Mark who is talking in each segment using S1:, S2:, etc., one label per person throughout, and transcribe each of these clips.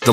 S1: The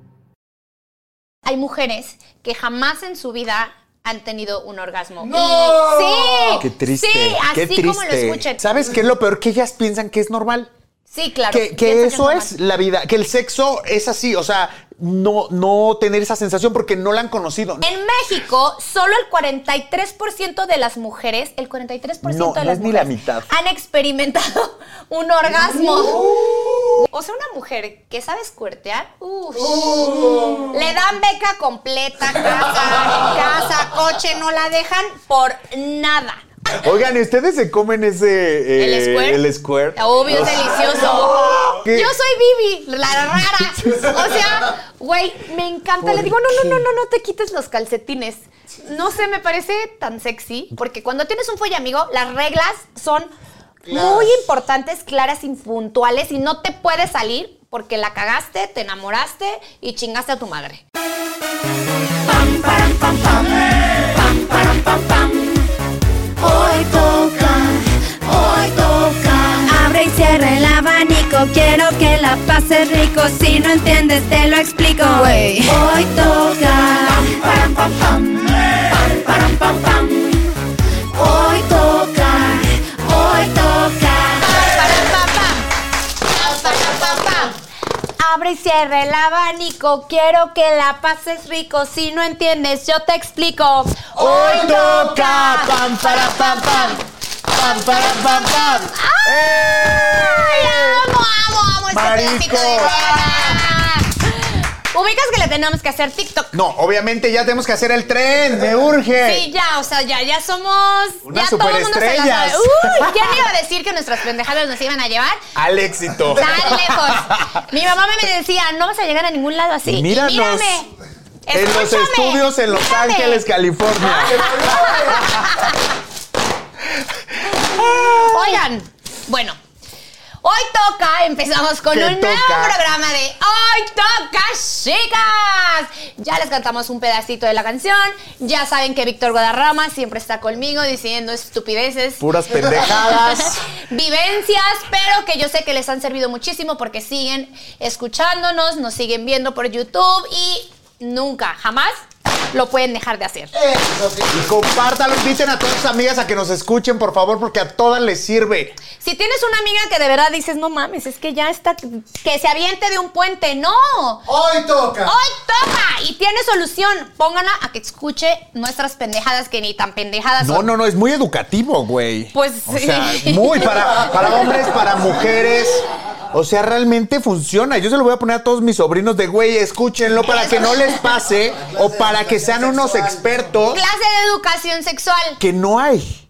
S2: hay mujeres que jamás en su vida han tenido un orgasmo. ¡No! sí.
S3: Qué triste.
S2: Sí, así
S3: qué triste.
S2: como lo escuchan.
S3: ¿Sabes qué es lo peor? Que ellas piensan que es normal.
S2: Sí, claro.
S3: que, que
S2: piensan
S3: eso es,
S2: normal.
S3: la vida. Que el sexo es así. O sea, no, no tener esa sensación porque no la han conocido.
S2: En México, solo el 43% de las mujeres, el 43%
S3: No,
S2: de
S3: no
S2: las
S3: es ni la
S2: mujeres
S3: mitad.
S2: han experimentado un orgasmo. O sea, una mujer que sabe escuertear, uff, le dan beca completa, casa, casa, coche, no la dejan por nada.
S3: Oigan, ¿y ustedes se comen ese. eh,
S2: ¿El squirt?
S3: El squirt? Ah.
S2: Obvio, es delicioso.
S3: ¿Qué?
S2: Yo soy Vivi, la rara. O sea, güey, me encanta. Le digo, no, no, no, no, no te quites los calcetines. No sé, me parece tan sexy. Porque cuando tienes un folle amigo, las reglas son muy importantes, claras, impuntuales y no te puedes salir porque la cagaste, te enamoraste y chingaste a tu madre.
S4: Hoy toca, hoy toca. Abre y cierra el abanico, quiero que la pases rico. Si no entiendes, te lo explico. Hoy toca. Pam, pam, pam, pam. Pam, pam, pam, pam. Hoy toca, hoy toca.
S2: Abre y cierra el abanico, quiero que la pases rico. Si no entiendes, yo te explico.
S3: Hoy toca. Pam, para, pam, pam. Pam, para, pam, Eh. pam.
S2: Ah. ¡Ay, amo, amo, amo este
S3: Marico. Ah.
S2: pedacito de tierra! Ubicas que le tenemos que hacer TikTok.
S3: No, obviamente ya tenemos que hacer el tren. Me urge.
S2: Sí, ya, o sea, ya, ya somos.
S3: Unas
S2: ya todo el mundo se la sabe.
S3: superestrellas.
S2: Uy, ¿quién iba a decir que nuestras pendejadas nos iban a llevar?
S3: Al éxito.
S2: Tan lejos. Mi mamá me decía, no vas a llegar a ningún lado así. Y
S3: Míranos.
S2: mírame.
S3: En los
S2: Escúchame.
S3: estudios en Los
S2: Mírame.
S3: Ángeles, California.
S2: Oigan, bueno, hoy toca, empezamos con
S3: ¿Qué
S2: un nuevo
S3: toca?
S2: programa de Hoy Toca, chicas. Ya les cantamos un pedacito de la canción. Ya saben que Víctor Guadarrama siempre está conmigo diciendo estupideces.
S3: Puras pendejadas.
S2: Vivencias, pero que yo sé que les han servido muchísimo porque siguen escuchándonos, nos siguen viendo por YouTube y nunca, jamás lo pueden dejar de hacer.
S3: Y compártalo, inviten a todas sus amigas a que nos escuchen, por favor, porque a todas les sirve.
S2: Si tienes una amiga que de verdad dices, no mames, es que ya está, que se aviente de un puente, no.
S5: Hoy toca.
S2: Hoy toca y tiene solución. Pónganla a que escuche nuestras pendejadas que ni tan pendejadas
S3: No,
S2: son.
S3: no, no, es muy educativo, güey.
S2: Pues
S3: O
S2: sí.
S3: sea, muy para, para hombres, para mujeres. O sea, realmente funciona. Yo se lo voy a poner a todos mis sobrinos de güey, escúchenlo para que no les pase o para que sean unos expertos
S2: Clase de educación sexual.
S3: que no hay.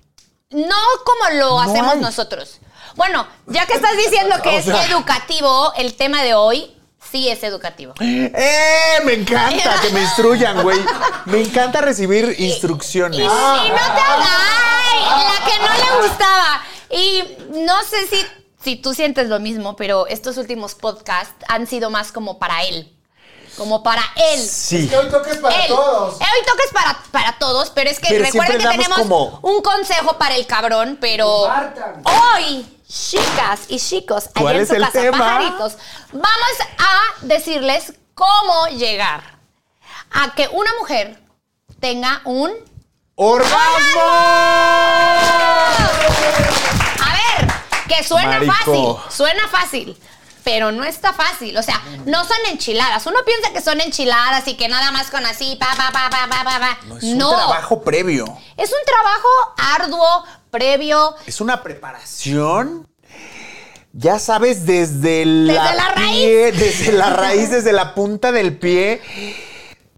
S2: No como lo hacemos
S3: hay.
S2: nosotros. Bueno, ya que estás diciendo que es educativo, el tema de hoy sí es educativo.
S3: ¡Eh! Me encanta que me instruyan, güey. Me encanta recibir
S2: Y,
S3: instrucciones.
S2: y no te ay, la que no le gustaba. Y no sé si, si tú sientes lo mismo, pero estos últimos podcasts han sido más como para él. Como para él.
S3: Sí.
S5: Que hoy toca es para
S2: Él.
S5: todos.
S2: Eh, Hoy toques para, para todos, pero es que
S3: Pero
S2: recuerden
S3: siempre
S2: que
S3: damos
S2: tenemos
S3: como-
S2: un consejo para el cabrón, pero
S5: Compartan.
S2: hoy, chicas y chicos, allá
S3: ¿Cuál
S2: en
S3: es
S2: su
S3: el
S2: casa,
S3: tema?
S2: pajaritos, vamos a decirles cómo llegar a que una mujer tenga un...
S3: ¡Orgasmo!
S2: A ver, que suena
S3: Marico.
S2: fácil, suena fácil. pero no está fácil. O sea, no son enchiladas. Uno piensa que son enchiladas y que nada más con así, pa, pa, pa, pa, pa, pa, pa. No.
S3: Es un trabajo previo.
S2: Es un trabajo arduo, previo,
S3: Es una preparación. Ya sabes, desde la,
S2: Desde la raíz.
S3: pie, desde la raíz, desde la punta del pie.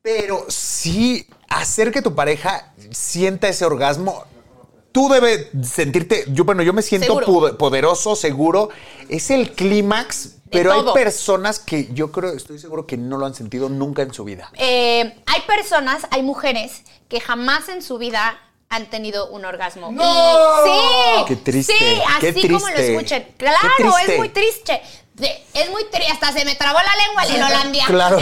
S3: Pero sí, hacer que tu pareja sienta ese orgasmo. Tú debes sentirte, yo bueno, yo me siento
S2: Seguro.
S3: pu- poderoso, seguro. Es el clímax, pero hay
S2: todo.
S3: personas que yo creo, estoy seguro que no lo han sentido nunca en su vida.
S2: Eh, hay personas, hay mujeres que jamás en su vida han tenido un orgasmo.
S3: ¡No!
S2: Y- sí,
S3: Qué triste,
S2: Sí,
S3: qué
S2: así como lo
S3: triste.
S2: escuchen.
S3: Qué
S2: Claro,
S3: triste.
S2: es muy triste. De- Es muy triste, hasta se me trabó la lengua el Holandia.
S3: Claro.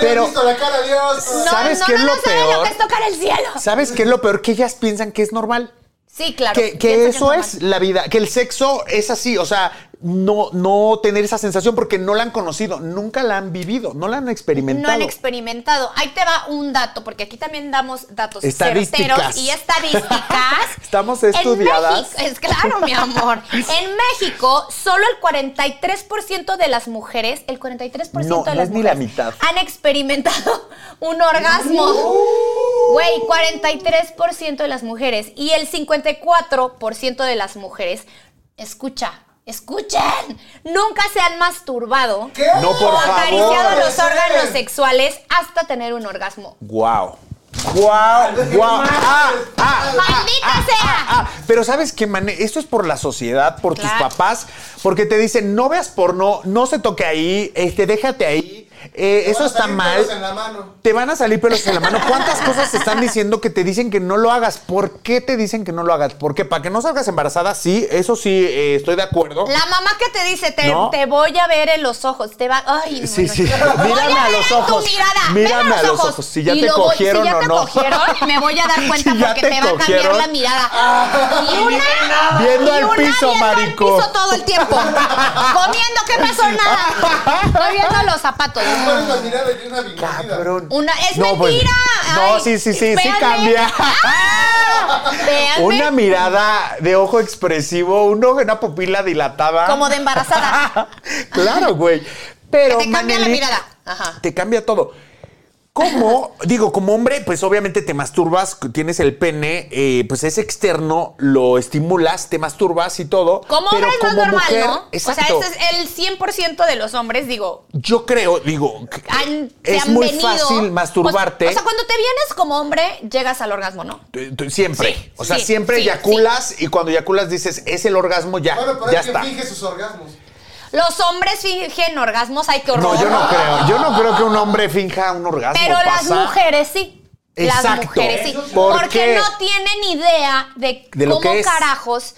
S3: Pero,
S5: la cara, Dios.
S2: No,
S3: ¿sabes
S2: no,
S3: qué es
S2: no,
S3: lo
S2: no saben lo
S3: peor?
S2: que es tocar el cielo.
S3: ¿Sabes qué es lo peor? Que ellas piensan que es normal.
S2: Sí, claro.
S3: que, que
S2: pienso
S3: eso
S2: normal.
S3: es la vida, que el sexo es así, o sea, no, no tener esa sensación porque no la han conocido, nunca la han vivido, no la han
S2: No
S3: experimentado.
S2: han experimentado. Ahí te va un dato, porque aquí también damos datos
S3: Estadísticas.
S2: certeros y estadísticas.
S3: Estamos
S2: En
S3: estudiadas.
S2: México- es claro, mi amor. En México, solo el 43% de las mujeres, el 43%
S3: No,
S2: de
S3: no
S2: las
S3: es ni la
S2: mujeres
S3: mitad.
S2: han experimentado un orgasmo.
S3: ¡Uh!
S2: Güey, 43% de las mujeres y el 54% de las mujeres, escucha, escuchen, nunca se han masturbado
S3: No, por
S2: o
S3: favor.
S2: acariciado los órganos sexuales hasta tener un orgasmo.
S3: Wow. Wow, wow. Ah, ah, ah,
S2: ¡Maldita
S3: ah,
S2: sea!
S3: ah, ah. Pero sabes qué, man, esto es por la sociedad, por tus
S2: Claro.
S3: papás, porque te dicen, no veas porno, no se toque ahí, este, déjate ahí, eh, eso
S5: van a
S3: está
S5: salir
S3: mal.
S5: pelos en la mano.
S3: Te van a salir pelos en la mano. ¿Cuántas cosas te están diciendo que te dicen que no lo hagas? ¿Por qué te dicen que no lo hagas? Porque para que no salgas embarazada, sí, eso sí, eh, estoy de acuerdo.
S2: La mamá que te dice, te,
S3: No.
S2: te voy a ver en los ojos, te va. Ay, no,
S3: Sí,
S2: no,
S3: sí.
S2: no.
S3: Mírame
S2: Voy
S3: a
S2: ver
S3: los
S2: en tu
S3: ojos.
S2: mirada,
S3: Mírame
S2: veme
S3: a los ojos, si ya
S2: Y
S3: te
S2: lo voy-
S3: cogieron
S2: si ya
S3: o
S2: te
S3: no.
S2: cogieron, me voy a dar cuenta
S3: Si ya
S2: porque
S3: te
S2: te, va a cambiar
S3: cogieron.
S2: la mirada. Y una
S3: Viendo
S2: y
S3: al
S2: una
S3: piso,
S2: viendo al
S3: marico.
S2: piso todo el tiempo. Comiendo, ¿qué pasó? Nada. Estoy viendo los zapatos.
S5: Pones la mirada y una bienvenida.
S3: Cabrón.
S2: Una, es
S3: No, pues,
S2: mentira.
S3: no,
S2: Ay,
S3: sí, sí, sí, sí
S2: espérame.
S3: cambia.
S2: Ah, espérame.
S3: Una mirada de ojo expresivo, un ojo, una pupila dilatada.
S2: Como de embarazada.
S3: claro, güey. Pero.
S2: Que te cambia la
S3: Maneli,
S2: mirada. Ajá.
S3: Te cambia todo. ¿Cómo? Digo, como hombre, pues obviamente te masturbas, tienes el pene, eh, pues es externo, lo estimulas, te masturbas y todo.
S2: Como hombre
S3: pero
S2: no es
S3: como
S2: normal,
S3: mujer,
S2: ¿no?
S3: Exacto.
S2: O sea, este es el 100% de los hombres, digo,
S3: Yo creo, digo, que
S2: han, se
S3: es
S2: han
S3: muy
S2: venido.
S3: fácil masturbarte.
S2: O, sea, cuando te vienes como hombre, llegas al orgasmo, ¿no?
S3: Tú- tú- Siempre.
S2: Sí,
S3: o sea,
S2: sí,
S3: siempre
S2: sí,
S3: eyaculas y cuando eyaculas dices, es el orgasmo ya.
S5: Bueno, pero
S3: ya
S5: hay que
S3: está.
S5: finge sus orgasmos.
S2: Los hombres fingen orgasmos, hay que horror.
S3: No, yo no creo. Yo no creo que un hombre finja un orgasmo.
S2: Pero las
S3: pasa.
S2: mujeres sí. Las
S3: Exacto.
S2: mujeres sí.
S3: ¿Por
S2: Porque
S3: qué?
S2: no tienen idea de,
S3: De lo
S2: cómo
S3: que es.
S2: carajos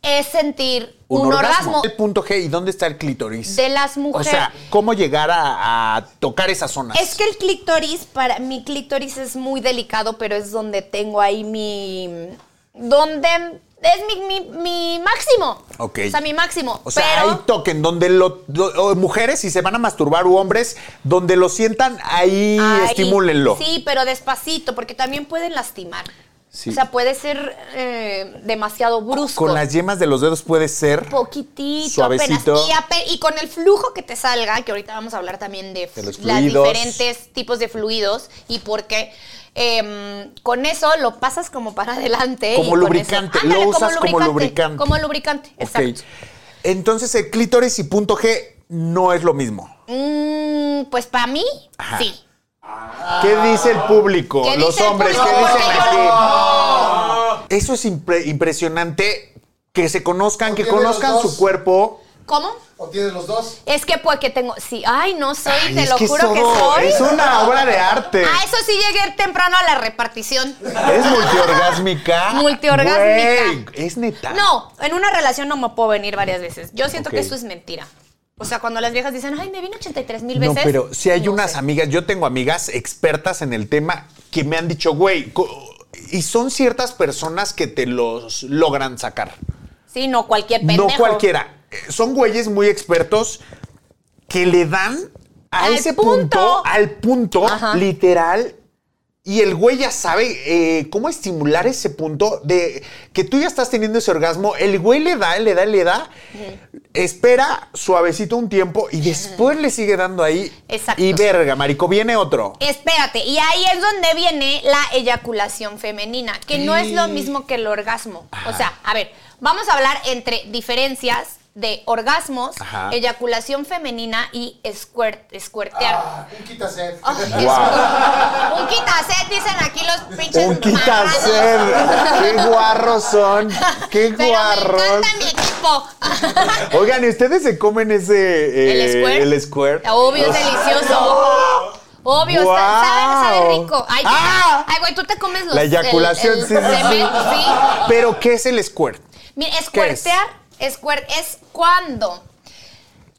S2: es sentir un, orgasmo.
S3: El punto G y dónde está el clítoris.
S2: De las mujeres.
S3: O sea, cómo llegar a, a tocar esas zonas.
S2: Es que el clítoris, para mi clítoris es muy delicado, pero es donde tengo ahí mi. donde es mi, mi- mi máximo.
S3: Ok.
S2: O sea, mi máximo.
S3: O sea,
S2: pero,
S3: hay toquen donde lo, lo- o mujeres si se van a masturbar u hombres donde lo sientan ahí,
S2: ahí-
S3: estimúlenlo.
S2: Sí, pero despacito, porque también pueden lastimar.
S3: Sí.
S2: O sea, puede ser eh, demasiado brusco.
S3: Con las yemas de los dedos puede ser.
S2: poquitito
S3: Suavecito.
S2: apenas y, ape- y con el flujo que te salga que ahorita vamos a hablar también de,
S3: De los
S2: las
S3: fluidos.
S2: diferentes tipos de fluidos y por qué em, con eso lo pasas como para adelante
S3: Como
S2: y con eso-
S3: lubricante, lo usas como lubricante.
S2: como lubricante
S3: Ok.
S2: exacto
S3: Entonces el clítoris y punto G no es lo mismo.
S2: Mm, pues para mí sí
S3: ¿Qué dice el público?
S2: Ah. ¿Qué
S3: Los
S2: dice el
S3: hombres, ¿qué
S2: público?
S3: dicen
S2: Porque
S3: aquí?
S2: yo-
S3: Eso es impre- impresionante. Que se conozcan, que
S5: Porque de los
S3: conozcan su
S5: dos.
S3: cuerpo.
S2: cómo
S5: ¿O tienes los dos?
S2: es que porque tengo sí ay no soy
S3: Y
S2: te
S3: es
S2: lo
S3: que es
S2: juro que
S3: todo-
S2: soy Ah,
S3: Es una obra de arte.
S2: a eso sí llegué temprano a la repartición
S3: Es multiorgásmica.
S2: Multiorgásmica.
S3: Güey, es neta.
S2: No, en una relación no me puedo venir varias veces. Yo siento
S3: Ok.
S2: que eso es mentira. O sea, cuando las viejas dicen, ay, me vine 83 mil
S3: No,
S2: veces.
S3: pero si hay
S2: no
S3: unas
S2: sé.
S3: amigas, yo tengo amigas expertas en el tema que me han dicho, güey, co- y son ciertas personas que te los logran sacar.
S2: Sí, no, cualquier pendejo.
S3: No cualquiera. Eh, Son güeyes muy expertos que le dan a
S2: Al
S3: ese punto,
S2: punto.
S3: al punto
S2: Ajá.
S3: literal. Y el güey ya sabe eh, cómo estimular ese punto de que tú ya estás teniendo ese orgasmo. El güey le da, le da, le da. Espera suavecito un tiempo y después le sigue dando ahí.
S2: Exacto.
S3: Y verga, marico, viene otro.
S2: Espérate, y ahí es donde viene la eyaculación femenina, que no es lo mismo que el orgasmo. O sea, a ver, vamos a hablar entre diferencias de orgasmos,
S3: Ajá.
S2: eyaculación femenina y squirt, squirtear.
S5: Ah, un quitaset.
S2: Ay, squirt. Un quitaset, dicen aquí los pinches
S3: Un
S2: marranos.
S3: quitacer. Qué guarros son. Qué
S2: Pero me
S3: guarros.
S2: encanta mi equipo.
S3: Oigan, ¿y ustedes se comen ese. eh,
S2: ¿El squirt?
S3: El squirt.
S2: Obvio, es delicioso. ¡Oh! Obvio,
S3: Guau.
S2: está- sabe, sabe rico. Ay, qué-
S3: Ah.
S2: ay, güey, tú te comes los...
S3: La eyaculación,
S2: el- el
S3: sí, sí, sí.
S2: semen, sí.
S3: Pero, ¿qué es el squirt?
S2: Mira, escuertear, escuer- es cuando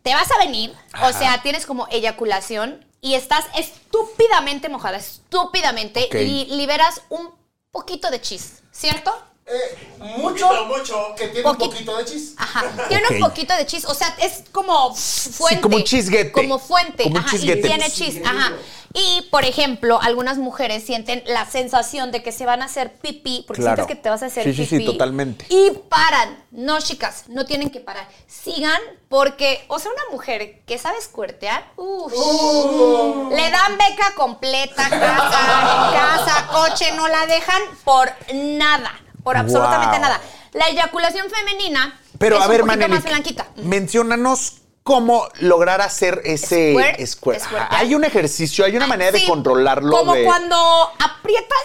S2: te vas a venir, o sea, tienes como eyaculación y estás estúpidamente mojada, estúpidamente,
S3: Ok.
S2: y liberas un poquito de chis, ¿cierto?
S5: Eh, mucho, mucho. Que tiene
S2: Poquito. Ah,
S5: un poquito de chis.
S2: Ajá, tiene un
S3: Ok.
S2: poquito de chis, o sea, es como fuente.
S3: como un chisguete.
S2: Como fuente,
S3: Como un
S2: ajá, y
S3: chisguete.
S2: tiene chis, ajá. Y, por ejemplo, algunas mujeres sienten la sensación de que se van a hacer pipí, porque
S3: Claro.
S2: sientes que te vas a hacer
S3: Sí, sí,
S2: pipí.
S3: sí, totalmente.
S2: Y paran. No, chicas, no tienen que parar. Sigan, porque, o sea, una mujer que sabe escuertear, uff,
S3: Uh.
S2: le dan beca completa, casa, casa, coche, no la dejan por nada, por absolutamente
S3: Wow.
S2: nada. La eyaculación femenina
S3: Pero
S2: es
S3: a ver,
S2: un poquito
S3: Maneli,
S2: más blanquita. Mm.
S3: menciónanos cómo lograr hacer ese
S2: Squirt,
S3: squirt. Ajá,
S2: squirtear.
S3: Hay un ejercicio, hay una manera
S2: Sí,
S3: de controlarlo.
S2: Como
S3: de-
S2: cuando aprietas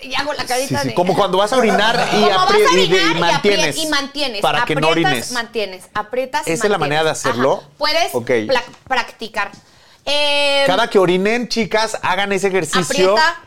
S2: y hago la
S3: Sí,
S2: carita
S3: sí,
S2: de...
S3: como cuando vas a orinar y,
S2: Como vas a
S3: apri- y de- y
S2: orinar y apri-
S3: mantienes.
S2: y mantienes.
S3: Para que no
S2: Aprietas,
S3: orines.
S2: mantienes. Aprietas,
S3: ¿Esa es la
S2: mantienes.
S3: manera de hacerlo?
S2: Ajá. Puedes
S3: Ok.
S2: pla- practicar. Eh,
S3: Cada que orinen, chicas, hagan ese ejercicio.
S2: Aprieta,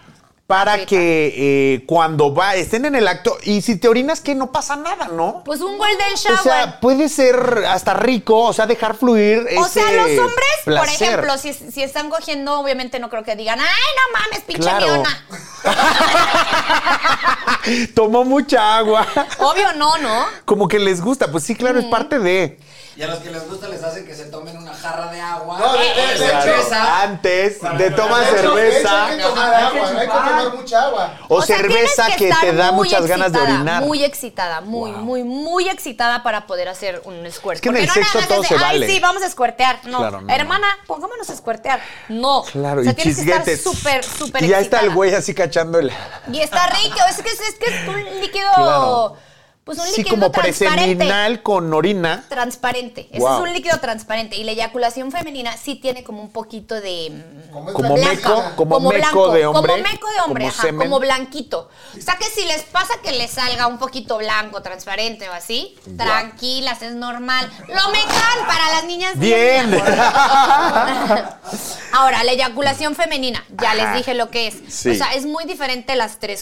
S3: para
S2: aprieta.
S3: que eh, cuando va, estén en el acto y si te orinas que no pasa nada, ¿no?
S2: Pues un golden shower.
S3: o sea, puede ser hasta rico, o sea, dejar fluir.
S2: O sea,
S3: ese
S2: los hombres,
S3: placer.
S2: por ejemplo, si, si están cogiendo, obviamente no creo que digan, ¡ay, no mames, pinche
S3: Claro.
S2: miona!
S3: Tomó mucha agua.
S2: Obvio no, ¿no?
S3: Como que les gusta, pues sí, claro, es parte
S5: Eh,
S3: de.
S6: Y a los que les gusta les hacen que se tomen una jarra de agua.
S5: No, de- de-
S6: Con
S5: eh, de
S6: cerveza.
S3: Antes de
S6: que-
S3: tomar
S6: de hecho,
S3: cerveza
S5: De hecho, hay que tomar agua, hay que tomar mucha agua.
S3: o,
S2: sea,
S3: cerveza
S2: tienes
S3: que, te
S2: estar
S3: da
S2: muy
S3: muchas ganas de
S2: excitada,
S3: orinar.
S2: Muy excitada, muy, muy, muy excitada para poder hacer un squirt.
S3: Es que en
S2: Porque
S3: el
S2: no
S3: sexo
S2: nada más
S3: todo
S2: es
S3: se
S2: de, Ay,
S3: vale".
S2: sí, vamos a squirtear. No.
S3: Claro, no.
S2: Hermana, pongámonos a squirtear. No.
S3: Claro,
S2: o sea,
S3: y
S2: tienes que
S3: chisguetes.
S2: estar súper, súper
S3: Y ya está el
S2: excitada.
S3: güey así cachando el.
S2: Y está rico. Es que es, es que es un líquido.
S3: Claro.
S2: Pues un
S3: Sí,
S2: líquido
S3: como
S2: transparente.
S3: preseminal con orina.
S2: transparente. Ese
S3: Wow.
S2: es un líquido transparente. Y la eyaculación femenina sí tiene como un poquito de. mm,
S5: Como es
S3: Como
S5: blanquita.
S3: meco, como meco
S2: blanco,
S3: de hombre,
S2: Como meco de hombre,
S3: como
S2: ajá,
S3: semen.
S2: como blanquito. O sea que si les pasa que les salga un poquito blanco, transparente o así, tranquilas, es normal. ¡Lo mecan para las niñas!
S3: Bien.
S2: mi amor. Ahora, la eyaculación femenina. Ya les dije lo que es.
S3: Sí.
S2: O sea, es muy diferente las tres.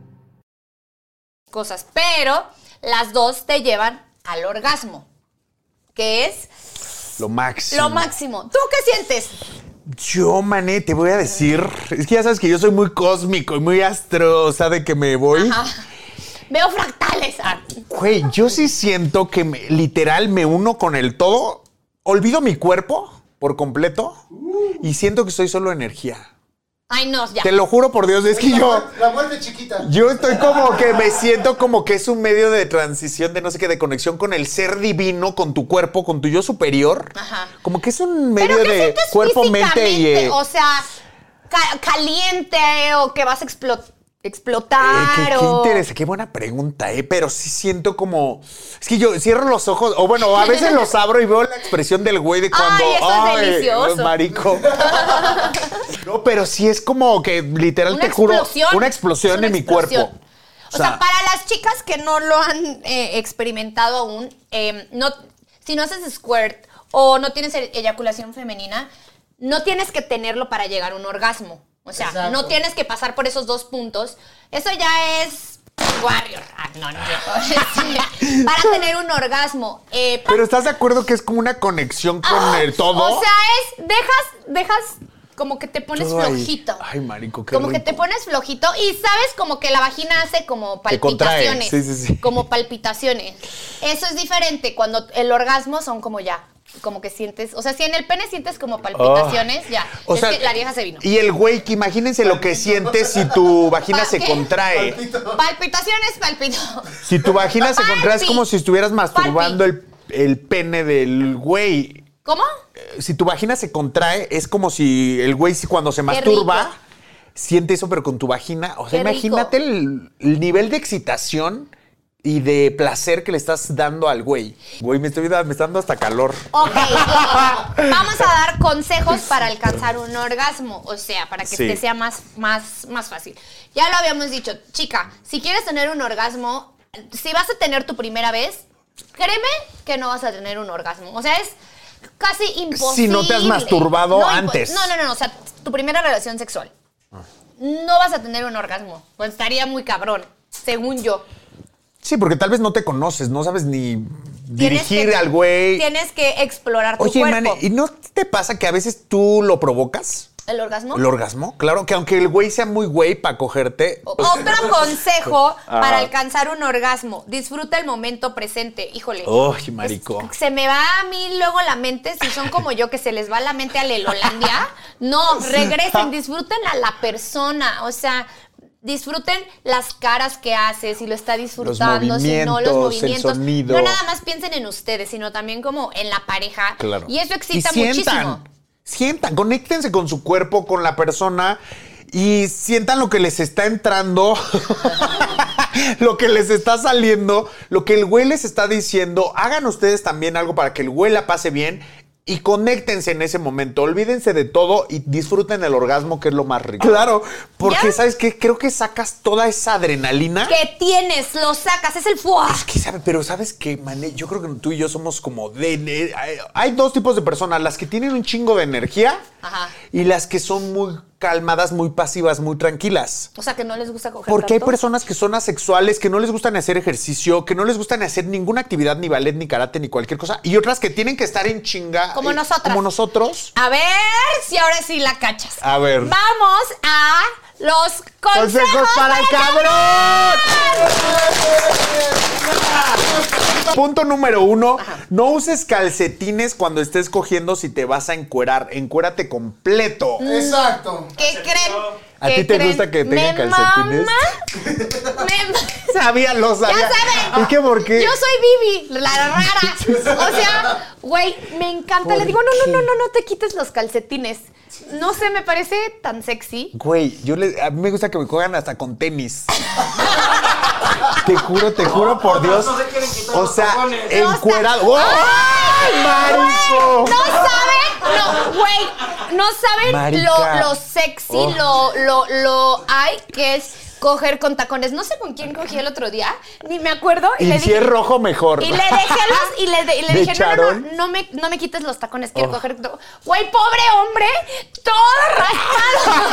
S2: cosas, pero las dos te llevan al orgasmo, que es
S3: Lo máximo.
S2: lo máximo. ¿Tú qué sientes?
S3: Yo, mané, te voy a decir. Es que ya sabes que yo soy muy cósmico y muy astro, o sea, de que me voy.
S2: Veo fractales. ah.
S3: Güey, yo sí siento que me- literal me uno con el todo, olvido mi cuerpo por completo y siento que soy solo energía.
S2: Ay, no, ya.
S3: Te lo juro por Dios, es que
S5: La
S3: yo,
S5: muerte- La muerte chiquita.
S3: yo estoy como que me siento como que es un medio de transición, de no sé qué, de conexión con el ser divino, con tu cuerpo, con tu yo superior.
S2: Ajá.
S3: Como que es un
S2: ¿Pero
S3: medio
S2: qué
S3: de
S2: sientes
S3: cuerpo, mente y...
S2: físicamente?
S3: eh,
S2: O sea, ca- caliente o que vas a explo-
S3: Eh,
S2: explotar.
S3: qué, qué
S2: o-
S3: interesa- qué buena pregunta, ¿eh? Pero sí siento como. Es que yo cierro los ojos, o bueno, a veces los abro y veo la expresión del güey de cuando.
S2: Ay, eso es delicioso.
S3: Marico. No, pero sí es como que literal
S2: Una
S3: te juro.
S2: explosión.
S3: Una explosión
S2: Es una
S3: en mi
S2: explosión.
S3: cuerpo.
S2: O sea, para las chicas que no lo han eh, experimentado aún, eh, no, si no haces squirt o no tienes e- eyaculación femenina, no tienes que tenerlo para llegar a un orgasmo. O sea,
S5: Exacto.
S2: no tienes que pasar por esos dos puntos. Eso ya es warrior. Ah, no, no, no. para tener un orgasmo. eh, pa-
S3: Pero ¿estás de acuerdo que es como una conexión con
S2: Ah,
S3: el todo?
S2: O sea, es, dejas, dejas, como que te pones
S3: Todo ahí.
S2: flojito.
S3: Ay, marico, qué
S2: Como que
S3: rico.
S2: te pones flojito y sabes como que la vagina hace como
S3: Te contrae,
S2: palpitaciones.
S3: sí, sí, sí.
S2: Como palpitaciones. Eso es diferente cuando el orgasmo son como ya. Como que sientes, o sea, si en el pene sientes como palpitaciones, ya.
S3: Ah. O
S2: es
S3: sea,
S2: que la vieja se vino.
S3: Y el güey, que imagínense lo que sientes si tu vagina
S2: Pa-
S3: se
S2: ¿qué?
S3: contrae.
S2: Palpitaciones, palpito.
S3: Si tu vagina se
S2: Palpi.
S3: contrae es como si estuvieras masturbando el, el pene del güey.
S2: ¿Cómo?
S3: Eh, Si tu vagina se contrae es como si el güey si cuando se
S2: rico.
S3: masturba siente eso pero con tu vagina. O sea,
S2: Qué rico.
S3: imagínate el, el nivel de excitación y de placer que le estás dando al güey. Güey, me estoy da- me está dando hasta calor.
S2: Ok, eh, vamos a dar consejos para alcanzar un orgasmo, o sea, para que
S3: Sí.
S2: te sea más, más, más fácil. Ya lo habíamos dicho, chica, si quieres tener un orgasmo, si vas a tener tu primera vez, créeme que no vas a tener un orgasmo. O sea, es casi imposible.
S3: Si no te has masturbado
S2: impo-
S3: antes.
S2: No, no, no, o sea, tu primera relación sexual. No vas a tener un orgasmo. Pues estaría muy cabrón, según yo.
S3: Sí, porque tal vez no te conoces, no sabes ni
S2: Tienes
S3: dirigir
S2: que-
S3: al güey.
S2: Tienes que explorar tu
S3: Oye,
S2: cuerpo.
S3: man, ¿y no te pasa que a veces tú lo provocas?
S2: ¿El orgasmo?
S3: ¿El orgasmo? Claro, que aunque el güey sea muy güey para cogerte.
S2: O-
S3: pues-
S2: Otro consejo para
S3: Ajá.
S2: alcanzar un orgasmo. Disfruta el momento presente. Híjole.
S3: Uy, marico.
S2: Se me va a mí luego la mente. Si son como yo, que se les va la mente a la Holandia. No, regresen, disfruten a la persona. O sea, disfruten las caras que hace, si lo está disfrutando, si no, los
S3: movimientos, el
S2: movimientos.
S3: sonido.
S2: No nada más piensen en ustedes, sino también como en la pareja.
S3: Claro.
S2: Y eso excita
S3: Y sientan,
S2: muchísimo.
S3: Sientan, conéctense con su cuerpo, con la persona y sientan lo que les está entrando, lo que les está saliendo, lo que el güey les está diciendo. Hagan ustedes también algo para que el güey la pase bien. Y conéctense en ese momento, olvídense de todo y disfruten el orgasmo, que es lo más rico. Claro, porque
S2: ¿Ya?
S3: ¿sabes qué? Creo que sacas toda esa adrenalina.
S2: ¿Qué tienes? Lo sacas, es el fuá.
S3: Es que sabe, pero sabes que, mané, yo creo que tú y yo somos como de. de- hay, hay dos tipos de personas, las que tienen un chingo de energía
S2: Ajá.
S3: y las que son muy calmadas, muy pasivas, muy tranquilas.
S2: O sea, que no les gusta coger
S3: Porque hay
S2: tanto.
S3: personas que son asexuales, que no les gustan hacer ejercicio, que no les gustan hacer ninguna actividad, ni ballet, ni karate, ni cualquier cosa. Y otras que tienen que estar en chinga.
S2: Como
S3: eh,
S2: nosotras.
S3: Como nosotros.
S2: A ver si ahora sí la cachas.
S3: A ver.
S2: Vamos a los consejos, para el cabrón.
S3: Punto número uno, no uses calcetines cuando estés cogiendo si te vas a encuerar. Encuérate completo.
S5: Exacto.
S2: ¿Qué creen?
S3: ¿A
S2: ¿Qué
S3: ti te
S2: creen?
S3: gusta que
S2: Me
S3: tengan calcetines?
S2: mama. Me ma-
S3: Sabía, lo
S2: Ya
S3: sabía.
S2: saben.
S3: ¿Y qué por qué?
S2: Yo soy Vivi, la rara. O sea, güey, me encanta. Le digo, no, no, no, no, no te quites los calcetines. No sé, me parece tan sexy.
S3: Güey, yo le- a mí me gusta que me juegan hasta con tenis. te juro, te juro por Dios.
S7: No se quieren quitar
S3: o
S7: los
S3: sea,
S7: tacones.
S3: encuerado. ¡Oh!
S2: ¡Ay,
S3: marico!
S2: No saben, no, güey, no saben
S3: Marica.
S2: lo, lo sexy,
S3: Oh.
S2: lo, lo, lo hay que es coger con tacones. No sé con quién cogí el otro día, ni me acuerdo. Y,
S3: Y
S2: le
S3: si
S2: dije,
S3: es rojo, mejor.
S2: Y le dejé los, y le, de- y le
S3: ¿De Oh.
S2: dije, no, no, no,
S3: charol?
S2: no me, no me quites los tacones, quiero coger. to- Güey, pobre hombre, todo raspado.
S3: Si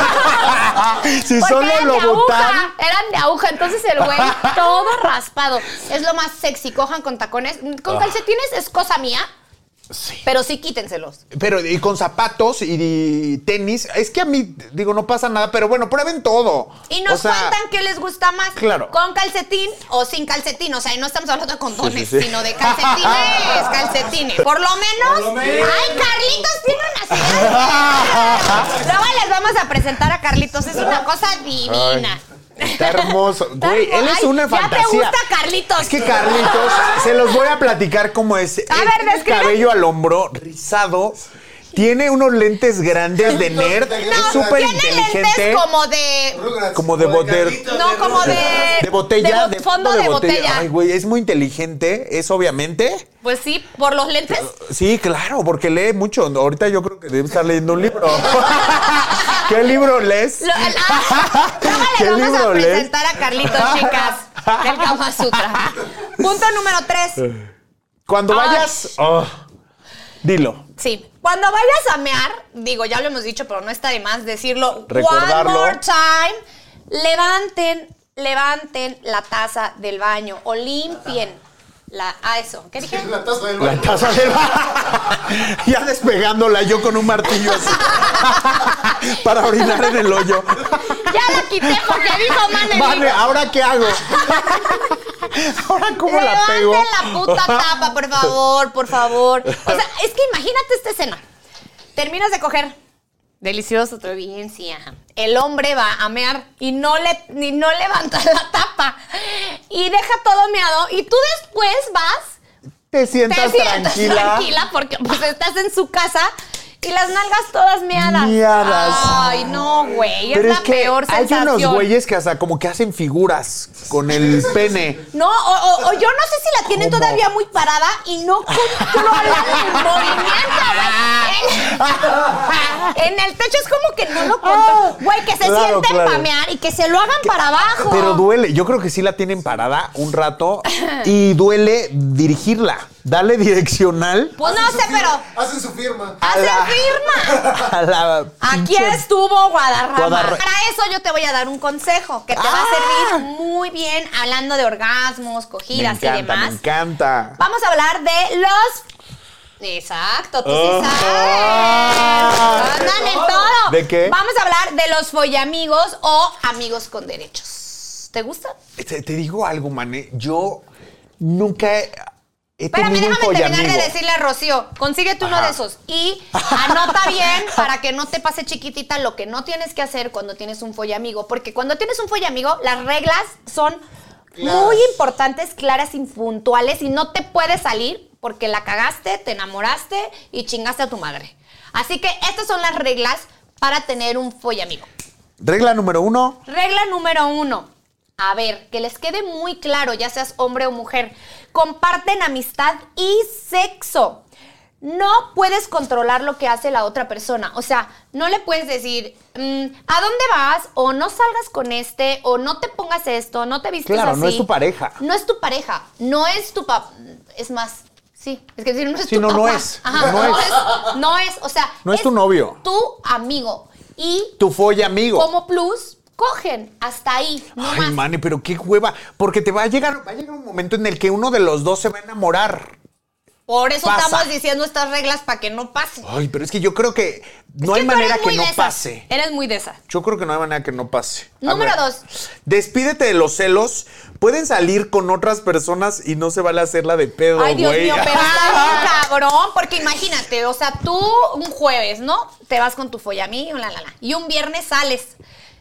S2: Ah, Porque
S3: solo
S2: eran
S3: lo
S2: de aguja,
S3: botan.
S2: Eran de aguja, entonces el güey todo raspado. Es lo más sexy, cojan con tacones. Con calcetines es cosa mía,
S3: Ah. Sí.
S2: pero sí quítenselos.
S3: Pero y con zapatos y, y tenis. Es que a mí, digo, no pasa nada, pero bueno, prueben todo.
S2: Y nos
S3: O sea,
S2: cuentan qué les gusta más.
S3: claro.
S2: Con calcetín o sin calcetín. O sea, y no estamos hablando de condones,
S3: Sí, sí, sí.
S2: sino de calcetines, calcetines. Por lo menos. ¡Ay, Carlitos tiene una ciudad! Luego les vamos a presentar a Carlitos. Es una cosa divina.
S3: Está hermoso. Güey, él es
S2: Ay,
S3: una
S2: ya te
S3: fantasía.
S2: gusta Carlitos.
S3: Es que Carlitos, se los voy a platicar cómo es.
S2: A
S3: Es
S2: ver, describe.
S3: cabello al hombro, rizado. Tiene unos lentes grandes de nerd,
S5: No,
S3: súper
S2: tiene
S3: inteligente,
S2: lentes como de.
S5: Rugrats.
S3: como de boter,
S2: No, como de.
S3: de botella,
S2: bo- fondo
S3: no,
S2: de, botella.
S3: Ay, güey, es muy inteligente, es obviamente.
S2: Pues sí, por los lentes.
S3: Sí, claro, porque lee mucho. Ahorita yo creo que debe estar leyendo un libro. ¿Qué libro lees?
S2: Lo- ah, luego
S3: ¿Qué
S2: le vamos
S3: libro
S2: a
S3: lees?
S2: presentar a Carlitos, chicas, del Kama Sutra. Punto número tres.
S3: Cuando
S2: Ay.
S3: vayas, oh, dilo.
S2: Sí. Cuando vayas a mear, digo, ya lo hemos dicho, pero no está de más decirlo.
S3: Recordarlo.
S2: One more time. Levanten, levanten la taza del baño o limpien la. Ah, eso. ¿Qué dije?
S5: La taza del
S3: La
S5: baño.
S3: taza de ya despegándola yo con un martillo así. para orinar en el hoyo.
S2: Ya la quité porque dijo Mane.
S3: Vale,
S2: dijo,
S3: ¿ahora qué hago? ¿Ahora cómo la
S2: Levanten
S3: pego?
S2: la puta tapa, por favor, por favor. O sea, es que imagínate esta escena. Terminas de coger. Delicioso, todo bien, sí, ajá. El hombre va a mear y no, le, ni no levanta la tapa. Y deja todo meado. Y tú después vas,
S3: Te
S2: te
S3: sientas
S2: sientas
S3: tranquila.
S2: tranquila, porque pues estás en su casa y las nalgas todas meadas.
S3: Miadas.
S2: Ay, no, güey. Es
S3: Pero
S2: la
S3: es que
S2: peor
S3: hay
S2: sensación.
S3: unos güeyes que hasta como que hacen figuras con el pene.
S2: No, o, o- o yo no sé si la tienen
S3: ¿Cómo?
S2: todavía muy parada y no controlan el movimiento, güey. En, en el techo es como que no lo controlan. Güey, que se
S3: Ah, Claro,
S2: sienten
S3: claro.
S2: pamear y que se lo hagan para abajo.
S3: Pero duele. Yo creo que sí la tienen parada un rato y duele dirigirla. Dale direccional
S2: pues no sé, pero
S5: Hacen su firma.
S2: hace
S3: la-
S2: firma.
S3: a la.
S2: Aquí
S3: pinche-
S2: estuvo Guadarrama.
S3: Guadarra-
S2: Para eso yo te voy a dar un consejo que te va
S3: Ah.
S2: a servir muy bien hablando de orgasmos,
S3: Me
S2: cogidas y
S3: encanta, me
S2: demás.
S3: encanta.
S2: Vamos a hablar de los. Exacto, tú sí
S3: Ah.
S2: sabes. Andan en todo.
S3: ¿De qué?
S2: Vamos a hablar de los follamigos o amigos con derechos. ¿Te gusta?
S3: Te, te digo algo, mané. Yo nunca he, he
S2: Espérame,
S3: tenido un
S2: déjame terminar de
S3: follamigo.
S2: decirle a Rocío. Consíguete uno de esos y anota bien para que no te pase chiquitita lo que no tienes que hacer cuando tienes un follamigo. Porque cuando tienes un follamigo, las reglas son muy importantes, claras y puntuales y no te puedes salir porque la cagaste, te enamoraste y chingaste a tu madre. Así que estas son las reglas para tener un follamigo.
S3: Regla número uno.
S2: Regla número uno. A ver, que les quede muy claro, ya seas hombre o mujer, comparten amistad y sexo. No puedes controlar lo que hace la otra persona. O sea, no le puedes decir, mm, ¿a dónde vas? O no salgas con este, o no te pongas esto, no te vistes
S3: Claro,
S2: así.
S3: no es tu pareja.
S2: No es tu pareja, no es tu papá. Es más, sí, es que decir, no es
S3: Sí,
S2: tu
S3: no, no
S2: papá.
S3: es.
S2: Ajá,
S3: No
S2: no,
S3: es.
S2: es. No es, o sea.
S3: No es tu novio.
S2: Tu amigo. Y
S3: Tu follamigo.
S2: como plus, cogen hasta ahí, no
S3: Ay,
S2: más.
S3: mane, pero qué hueva. Porque te va a llegar, va a llegar un momento en el que uno de los dos se va a enamorar.
S2: Por eso
S3: pasa.
S2: estamos diciendo estas reglas para que no pase.
S3: Ay, pero es que yo creo que no
S2: Es
S3: hay
S2: tú
S3: manera
S2: eres
S3: que
S2: muy
S3: no
S2: de esas.
S3: pase.
S2: Eres muy de esa.
S3: Yo creo que no hay manera que no pase. A
S2: Número
S3: ver.
S2: dos.
S3: Despídete de los celos. Pueden salir con otras personas y no se vale hacerla de pedo, güey.
S2: Ay, Dios mío, pero está bien, cabrón. Porque imagínate, o sea, tú un jueves, ¿no? Te vas con tu follamigo, la, la, la. Y un viernes sales.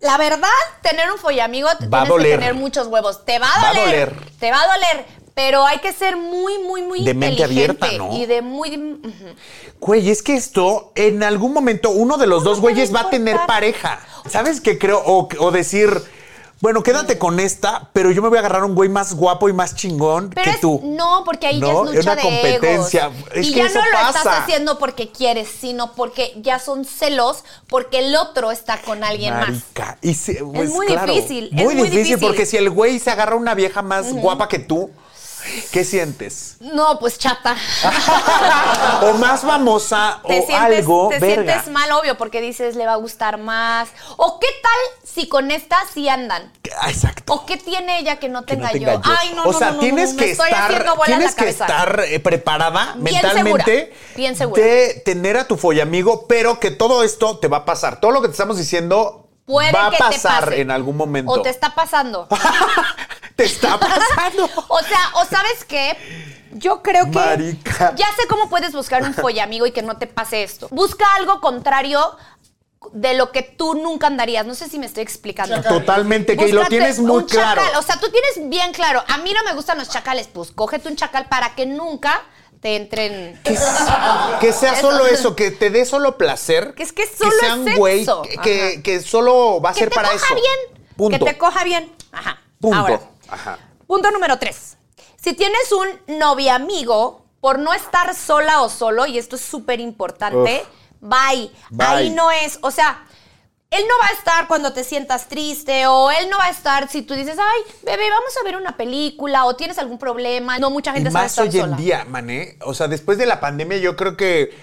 S2: La verdad, tener un follamigo te
S3: Va a
S2: tienes
S3: doler.
S2: que tener muchos huevos. Te va
S3: Va a
S2: a doler.
S3: doler.
S2: Te va a doler. Pero hay que ser muy, muy, muy
S3: De mente
S2: inteligente
S3: abierta, ¿no?
S2: Y de muy. ujú.
S3: Güey, es que esto, en algún momento, uno de los
S2: No
S3: dos
S2: me puede
S3: güeyes va a tener
S2: importar.
S3: pareja. ¿Sabes qué creo? O, o decir, Bueno, quédate con esta, pero yo me voy a agarrar a un güey más guapo y más chingón
S2: Pero
S3: que
S2: es-
S3: tú.
S2: no, porque ahí
S3: No,
S2: ya es lucha
S3: es una
S2: de
S3: competencia.
S2: egos.
S3: Es
S2: y
S3: que
S2: ya
S3: eso
S2: no lo estás
S3: pasa.
S2: haciendo porque quieres, sino porque ya son celos porque el otro está con alguien más.
S3: Marica. Y sí, pues,
S2: muy
S3: claro,
S2: difícil, es
S3: Muy
S2: muy
S3: difícil,
S2: difícil.
S3: porque si el güey se agarra a una vieja más guapa que tú, ¿qué sientes?
S2: No, pues chata.
S3: o más famosa o
S2: te sientes,
S3: algo.
S2: te
S3: verga.
S2: sientes mal, obvio, porque dices le va a gustar más. O qué tal si con esta sí andan.
S3: Ah, Exacto.
S2: ¿O qué tiene ella que no
S3: que no
S2: tenga,
S3: tenga
S2: yo?
S3: yo.
S2: Oh, Ay, no,
S3: o
S2: no,
S3: sea,
S2: no, no,
S3: tienes
S2: no,
S3: que
S2: me estoy
S3: estar,
S2: haciendo bola en la
S3: tienes que
S2: cabeza.
S3: estar eh, preparada
S2: Bien
S3: mentalmente
S2: segura, bien segura.
S3: de tener a tu follamigo, pero que todo esto te va a pasar. Todo lo que te estamos diciendo
S2: Puede
S3: va a
S2: que te
S3: pasar
S2: pase.
S3: en algún momento.
S2: O te está pasando.
S3: Te está pasando.
S2: O sea, o sabes qué, yo creo que
S3: Marica.
S2: ya sé cómo puedes buscar un follamigo y que no te pase esto. Busca algo contrario de lo que tú nunca andarías. No sé si me estoy explicando.
S3: Totalmente, que lo
S2: Búscate
S3: tienes muy
S2: un
S3: claro.
S2: chacal. O sea, tú tienes bien claro. A mí no me gustan los chacales. Pues cógete un chacal para que nunca te entren.
S3: Que sea
S2: Eso.
S3: solo eso, que te dé solo placer.
S2: Que es que solo
S3: sea
S2: es
S3: un güey
S2: sexo.
S3: que- que,
S2: Ajá.
S3: que solo va a
S2: que
S3: ser
S2: te
S3: para
S2: coja
S3: eso.
S2: bien.
S3: Punto.
S2: Que te coja bien. Ajá.
S3: Punto.
S2: Ahora,
S3: Ajá.
S2: punto número tres. Si tienes un novia amigo, por no estar sola o solo, y esto es súper importante, bye.
S3: Bye.
S2: Ahí no es. O sea, él no va a estar cuando te sientas triste, o él no va a estar si tú dices, ay, bebé, vamos a ver una película, o tienes algún problema. No mucha
S3: Y
S2: gente sabe
S3: más
S2: estar
S3: hoy en
S2: sola.
S3: día, mané. O sea, después de la pandemia, yo creo que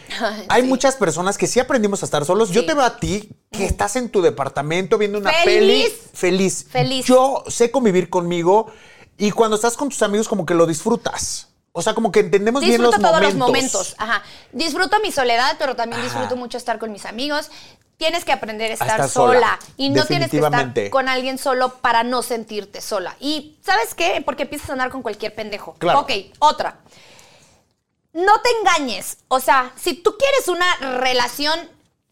S3: hay muchas personas que sí aprendimos a estar solos. Yo
S2: Sí.
S3: te veo a ti que estás en tu departamento viendo una
S2: Feliz.
S3: peli feliz.
S2: Feliz.
S3: Yo sé convivir conmigo y cuando estás con tus amigos, como que lo disfrutas. O sea, como que entendemos
S2: Disfruto
S3: bien los
S2: todos
S3: momentos.
S2: los momentos. Ajá. Disfruto mi soledad, pero también disfruto mucho estar con mis amigos. Tienes que aprender a estar,
S3: estar sola,
S2: sola. Y no tienes que
S3: definitivamente.
S2: estar con alguien solo para no sentirte sola. Y ¿sabes qué? Porque empiezas a andar con cualquier pendejo.
S3: Claro.
S2: Ok, otra. No te engañes. O sea, si tú quieres una relación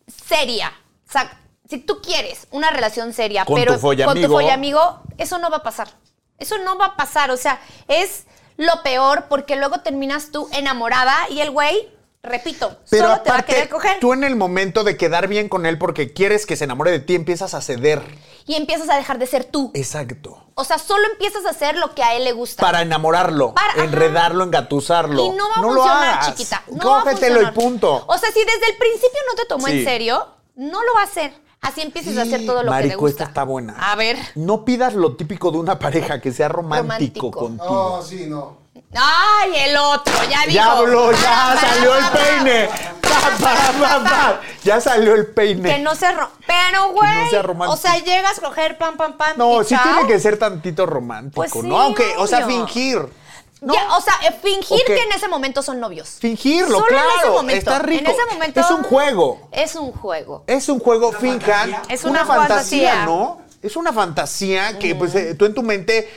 S2: seria, o sea, si tú quieres una relación seria,
S3: Con
S2: pero
S3: tu follamigo.
S2: con tu follamigo, eso no va a pasar. Eso no va a pasar. O sea, es lo peor porque luego terminas tú enamorada y el güey, repito,
S3: Pero
S2: solo te va a
S3: aparte,
S2: querer coger
S3: tú en el momento de quedar bien con él porque quieres que se enamore de ti, empiezas a ceder.
S2: y empiezas a dejar de ser tú.
S3: Exacto.
S2: O sea, solo empiezas a hacer lo que a él le gusta.
S3: Eh. Para enamorarlo,
S2: Para- ajá.
S3: enredarlo, engatusarlo.
S2: Y no va a
S3: lo
S2: funcionar,
S3: hagas.
S2: chiquita. No va a
S3: Cógetelo y
S2: funcionar.
S3: punto.
S2: O sea, si desde el principio no te tomó
S3: Sí.
S2: en serio, no lo va a hacer. Así empiezas a hacer todo lo que te
S3: Marico,
S2: gusta.
S3: esta está buena.
S2: A ver.
S3: No pidas lo típico de una pareja que sea romántico,
S2: Romántico.
S3: contigo.
S5: No, Oh, sí, no.
S2: Ay, el otro, ya dijo.
S3: Ya habló, ya
S2: Para, para,
S3: salió el
S2: para,
S3: peine. Pa,
S2: para,
S3: pa,
S2: para,
S3: pa,
S2: para.
S3: pa. Ya salió el peine.
S2: Que no se ro- Pero, güey.
S3: sea romántico.
S2: O sea, llegas a coger pam, pam, pam.
S3: No,
S2: y
S3: sí
S2: chao.
S3: tiene que ser tantito romántico,
S2: Pues sí,
S3: ¿no? Aunque, o sea,
S2: obvio.
S3: fingir. ¿no?
S2: Ya, o sea, eh, fingir
S3: Ok.
S2: que en ese momento son novios.
S3: Fingirlo,
S2: Solo
S3: claro.
S2: En ese momento.
S3: Está rico.
S2: En ese momento.
S3: Es un juego.
S2: Es un juego.
S3: Es un juego, finjan.
S2: Es una fantasía.
S3: ¿no? Es una fantasía que, pues, eh, tú en tu mente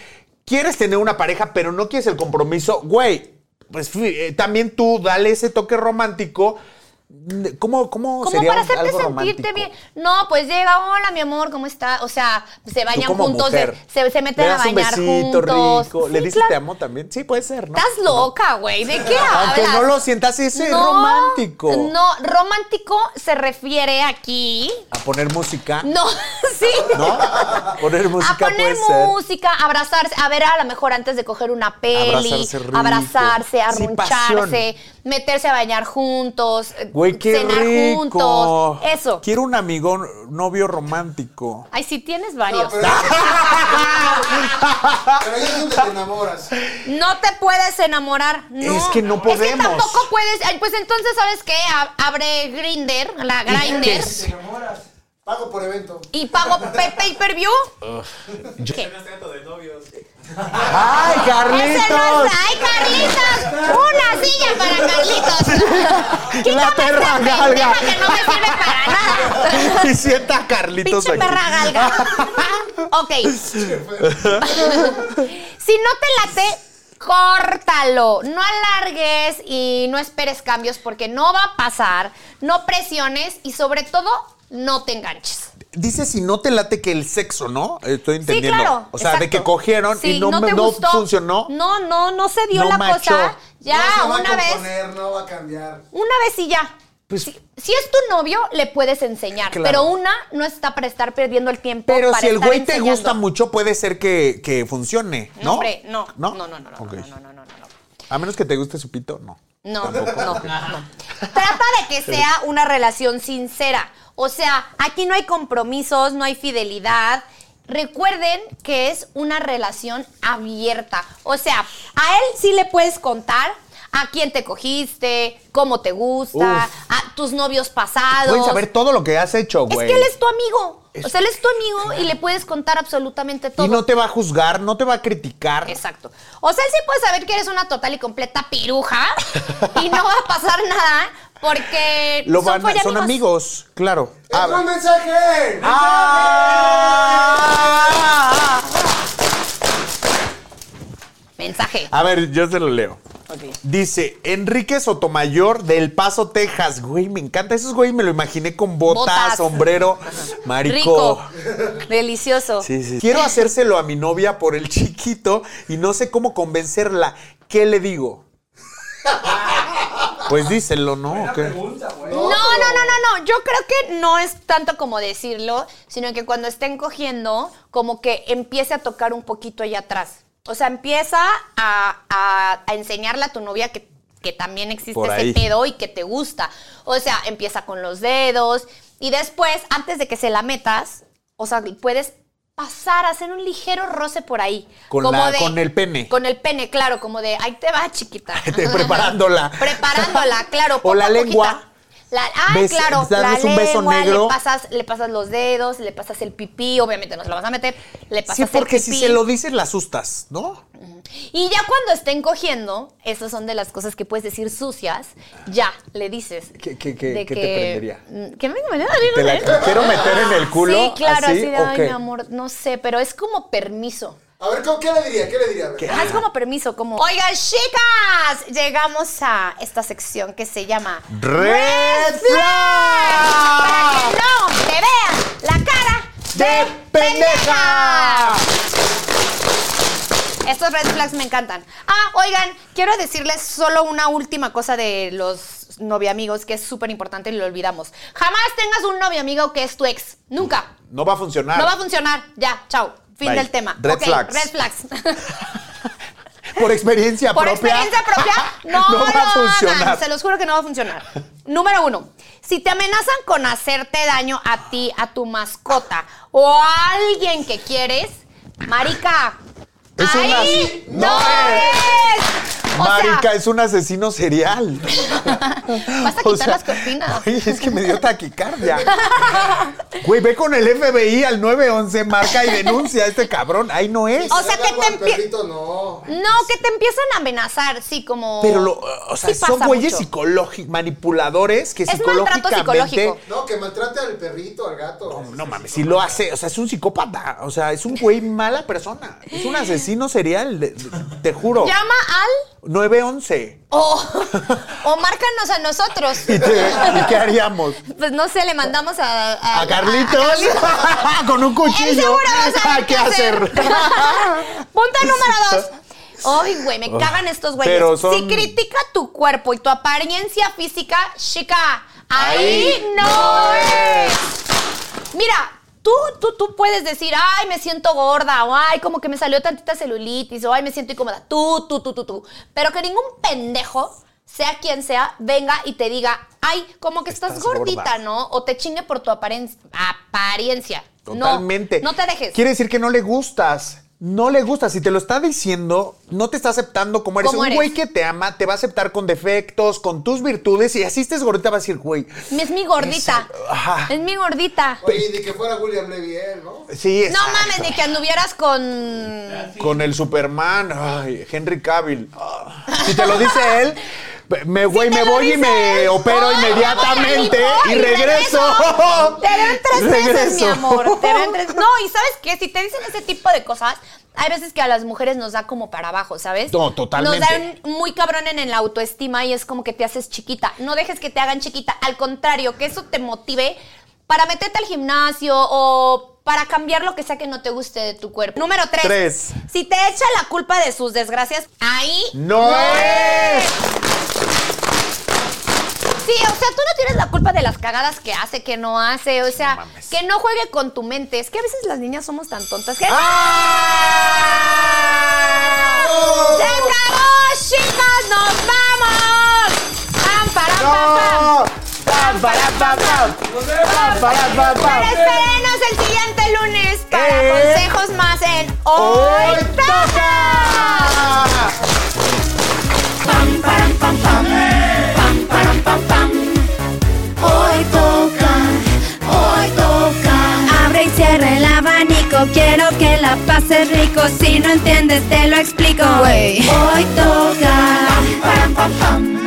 S3: quieres tener una pareja, pero no quieres el compromiso. Güey, pues fi- eh, también tú dale ese toque romántico. ¿Cómo, cómo
S2: Como
S3: sería
S2: para
S3: un-
S2: hacerte
S3: algo
S2: sentirte
S3: romántico?
S2: bien. No, pues llega, hola, mi amor, ¿cómo está? O sea, se
S3: Tú
S2: bañan
S3: como
S2: juntos,
S3: mujer,
S2: se- se, se meten
S3: le
S2: a
S3: das un
S2: bañar
S3: besito
S2: juntos.
S3: rico, le
S2: Sí,
S3: dices
S2: claro.
S3: te amo también. Sí, puede ser, ¿no?
S2: Estás loca, güey. ¿De qué hablas?
S3: Aunque no lo sientas, ese es
S2: No,
S3: romántico.
S2: No, romántico se refiere aquí.
S3: A poner música.
S2: No, sí.
S3: ¿No? Poner música
S2: A poner
S3: puede ser.
S2: música, abrazarse, a ver a lo mejor antes de coger una peli,
S3: Abrazarse rico.
S2: abrazarse,
S3: Sí,
S2: arruncharse, meterse a bañar juntos, eh,
S3: Güey, qué
S2: cenar
S3: rico.
S2: juntos, eso.
S3: Quiero un amigo novio romántico.
S2: Ay, sí tienes varios.
S5: Ah, pero- Pero ahí es donde te enamoras.
S2: No te puedes enamorar. No.
S3: Es que no
S2: Es que
S3: podemos.
S2: tampoco puedes. ay, Pues entonces, ¿sabes qué? A- Abre Grinder, la Grinder,
S5: Te enamoras. Pago por evento.
S2: y pago pay, pay per view. ¿Qué?
S3: ¡Ay,
S2: Ese no
S3: Carlitos!
S2: es- ¡Ay, Carlitos! ¡Una silla para Carlitos! Quítame
S3: La
S2: esta
S3: perra
S2: pendeja
S3: galga.
S2: que no me sirve para nada!
S3: Y sienta a Carlitos
S2: ¡Pinche
S3: aquí.
S2: perra galga! Ok. si no te late, córtalo. No alargues y no esperes cambios porque no va a pasar. No presiones y sobre todo, no te enganches.
S3: Dice si no te late que el sexo, ¿no? Estoy
S2: Sí,
S3: entendiendo.
S2: claro.
S3: O sea, de
S2: exacto.
S3: que cogieron
S2: Sí,
S3: y no,
S2: te
S3: me- no
S2: gustó.
S3: funcionó.
S2: No, no, no se dio
S3: No
S2: la
S3: machó.
S2: cosa. Ya,
S5: no se va
S2: una
S5: a
S2: vez.
S5: componer, No va a cambiar.
S2: Una vez y ya.
S3: Pues,
S2: Si es tu novio, le puedes enseñar,
S3: Claro.
S2: pero una no está para estar perdiendo el tiempo.
S3: pero
S2: para
S3: si el
S2: estar
S3: güey te
S2: enseñando.
S3: gusta mucho, puede ser que, que funcione, ¿no?
S2: No, hombre, no. No, no, no, no,
S3: Ok.
S2: no, no, no, no, no, no.
S3: A menos que te guste su pito, no.
S2: No,
S3: Tampoco.
S2: no, no. Trata de que sea una relación sincera. O sea, aquí no hay compromisos, no hay fidelidad. Recuerden que es una relación abierta. O sea, a él sí le puedes contar a quién te cogiste, cómo te gusta,
S3: Uf.
S2: a tus novios pasados.
S3: Puedes saber todo lo que has hecho,
S2: es
S3: güey.
S2: que él es tu amigo. O
S3: Es-
S2: sea, él es tu amigo y le puedes contar absolutamente todo.
S3: Y no te va a juzgar, no te va a criticar.
S2: Exacto. O sea, él sí puede saber que eres una total y completa piruja y no va a pasar nada porque
S3: Lo
S2: son,
S3: van a- son
S2: follamigos.
S3: amigos, claro.
S5: ¡Es
S3: Ah,
S5: un mensaje!
S3: ah.
S2: Mensaje.
S3: A ver, yo se lo leo. Dice Enrique Sotomayor del Paso, Texas. Güey, me encanta. Esos güey me lo imaginé con botas,
S2: Botas.
S3: sombrero, marico.
S2: Rico. Delicioso.
S3: Sí, sí. Quiero hacérselo a mi novia por el chiquito y no sé cómo convencerla. ¿Qué le digo? Pues díselo, ¿no? ¿O qué?
S2: No, no, no, no, no. Yo creo que no es tanto como decirlo, sino que cuando estén cogiendo, como que empiece a tocar un poquito allá atrás. O sea, empieza a, a- a enseñarle a tu novia que, que también existe
S3: Por ahí.
S2: ese pedo y que te gusta. O sea, empieza con los dedos y después, antes de que se la metas, o sea, puedes pasar, hacer un ligero roce por ahí.
S3: Con la- con el pene.
S2: Con el pene, claro, como de, ahí te va, chiquita.
S3: Te- preparándola.
S2: Preparándola, claro.
S3: O la
S2: poco a
S3: lengua.
S2: poquito. La, ah,
S3: Bes-
S2: claro.
S3: darles
S2: la
S3: un beso
S2: lengua,
S3: negro.
S2: Le pasas, le pasas los dedos, le pasas el pipí, obviamente no se lo vas a meter. Le pasas
S3: Sí, porque
S2: el pipí.
S3: si se lo dices, la asustas, ¿no?
S2: Y ya cuando estén cogiendo, esas son de las cosas que puedes decir sucias, ya le dices.
S3: ¿Qué- qué- qué-
S2: de
S3: qué te
S2: que-
S3: prendería?
S2: Mm, ¿Qué me, me, ¿eh?
S3: ¿Te la quiero meter en el culo?
S2: Sí, claro, así,
S3: ¿Así
S2: de,
S3: o
S2: ay,
S3: qué?
S2: mi amor, no sé, pero es como permiso.
S5: A ver, ¿cómo- ¿qué le diría? ¿Qué le diría? A ver.
S2: Ah, es como permiso, como. Oigan, chicas, llegamos a esta sección que se llama
S3: Red
S2: Para que
S3: Flag
S2: no te vean la cara
S3: de pendeja.
S2: Estos red flags me encantan. Ah, oigan, quiero decirles solo una última cosa de los noviamigos que es súper importante y lo olvidamos. Jamás tengas un noviamigo que es tu ex. Nunca.
S3: No va a funcionar.
S2: No va a funcionar. Ya, chao. Fin
S3: Ah. Bye.
S2: del tema.
S3: Red
S2: Ok,
S3: flags.
S2: Red flags.
S3: Por experiencia
S2: Por
S3: propia.
S2: experiencia propia, no,
S3: no va
S2: lo
S3: a funcionar.
S2: hagan. Se los juro que no va a funcionar. Número uno, si te amenazan con hacerte daño a ti, a tu mascota o a alguien que quieres, marica,
S3: Es un
S2: ahí
S3: así-
S2: no,
S3: no
S2: es. O sea,
S3: Marica, es un asesino serial.
S2: Vas a
S3: O
S2: quitar
S3: sea,
S2: las cortinas.
S3: Oye, es que me dio taquicardia. Güey, ve con el FBI al 911, marca y denuncia a este cabrón. Ahí no es.
S2: O sea,
S5: Dale
S2: que te
S5: agua al
S2: empie- Mm.
S5: perrito, no.
S2: No, que te empiezan a amenazar, sí, como...
S3: Pero, lo- o sea,
S2: Sí
S3: son
S2: pasa
S3: güeyes
S2: mucho.
S3: psicológicos, manipuladores que
S2: Es maltrato
S3: psicológicamente.
S2: psicológico.
S5: No, que maltrate al perrito, al gato.
S3: No mames, si lo hace, o sea, es un psicópata, o sea, es un güey mala persona, es un asesino serial, de- de- te juro.
S2: Llama al
S3: 911.
S2: o, o márcanos a nosotros.
S3: ¿Y, te- y qué haríamos?
S2: Pues no sé, le mandamos a...
S3: ¿A Carlitos? Con
S2: Ah,
S3: un
S2: Él
S3: cuchillo.
S2: seguro va a saber
S3: Ah, ¿Qué hacer?
S2: Punto número dos. Ay, güey, me cagan estos güeyes.
S3: Oh, Pero son-
S2: Si critica tu cuerpo y tu apariencia física, chica, ahí,
S3: Ahí
S2: no,
S3: no
S2: es. Mira, tú, tú, tú puedes decir, ay, me siento gorda, o ay, como que me salió tantita celulitis, o ay, me siento incómoda. Tú, tú, tú, tú, tú. Pero que ningún pendejo, sea quien sea, venga y te diga, ay, como que estás,
S3: Estás
S2: gordita,
S3: gorda.
S2: ¿no? O te chingue por tu aparen- apariencia. No,
S3: Totalmente.
S2: No, te dejes.
S3: Quiere decir que no le gustas. No le gustas. Si te lo está diciendo, no te está aceptando como eres.
S2: Como
S3: un
S2: eres.
S3: güey que te ama te va a aceptar con defectos, con tus virtudes. Y así estés gordita, va a decir, güey.
S2: Es mi gordita.
S3: Esa- ajá.
S2: Es mi gordita.
S5: Oye, ni que fuera William Levy él, ¿no?
S3: Sí,
S2: No
S3: exacto.
S2: mames, ni que anduvieras con.
S3: Con el Superman, ay, Henry Cavill. Ah. Si te lo dice él, me, güey,
S2: Pues te
S3: me
S2: lo
S3: voy y
S2: dice
S3: me
S2: él.
S3: opero
S2: Ay, me voy
S3: inmediatamente
S2: al
S3: y
S2: limón y
S3: regreso.
S2: Te dan tres veces, mi
S3: Regreso.
S2: amor. Te dan tres. No, y sabes qué? si te dicen ese tipo de cosas, hay veces que a las mujeres nos da como para abajo, ¿sabes?
S3: No, totalmente.
S2: Nos dan muy cabrón en, en la autoestima y es como que te haces chiquita. No dejes que te hagan chiquita. Al contrario, que eso te motive para meterte al gimnasio o. Para cambiar lo que sea que no te guste de tu cuerpo. Número tres.
S3: Tres.
S2: Si te echa la culpa de sus desgracias, ahí
S3: No es.
S2: si
S3: Sí, o sea, tú no tienes la culpa de las cagadas que hace, que no hace, o sea, que no juegue con tu mente. Es que a veces las niñas somos tan tontas que... ¡Ah! ¡Se acabó, chicas! ¡Nos vamos! ¡Pam, para, pam, pam! ¡Pam, para, pam, pam! ¡Pam, para, pam, pam! Pero espérenos el siguiente lunes para
S8: Eh.
S3: consejos más en Hoy Toca.
S4: Hoy toca, hoy toca. Abre y cierra el abanico, quiero que la pases rico. Si no entiendes, te lo explico. Hoy toca. Hoy toca, hoy toca.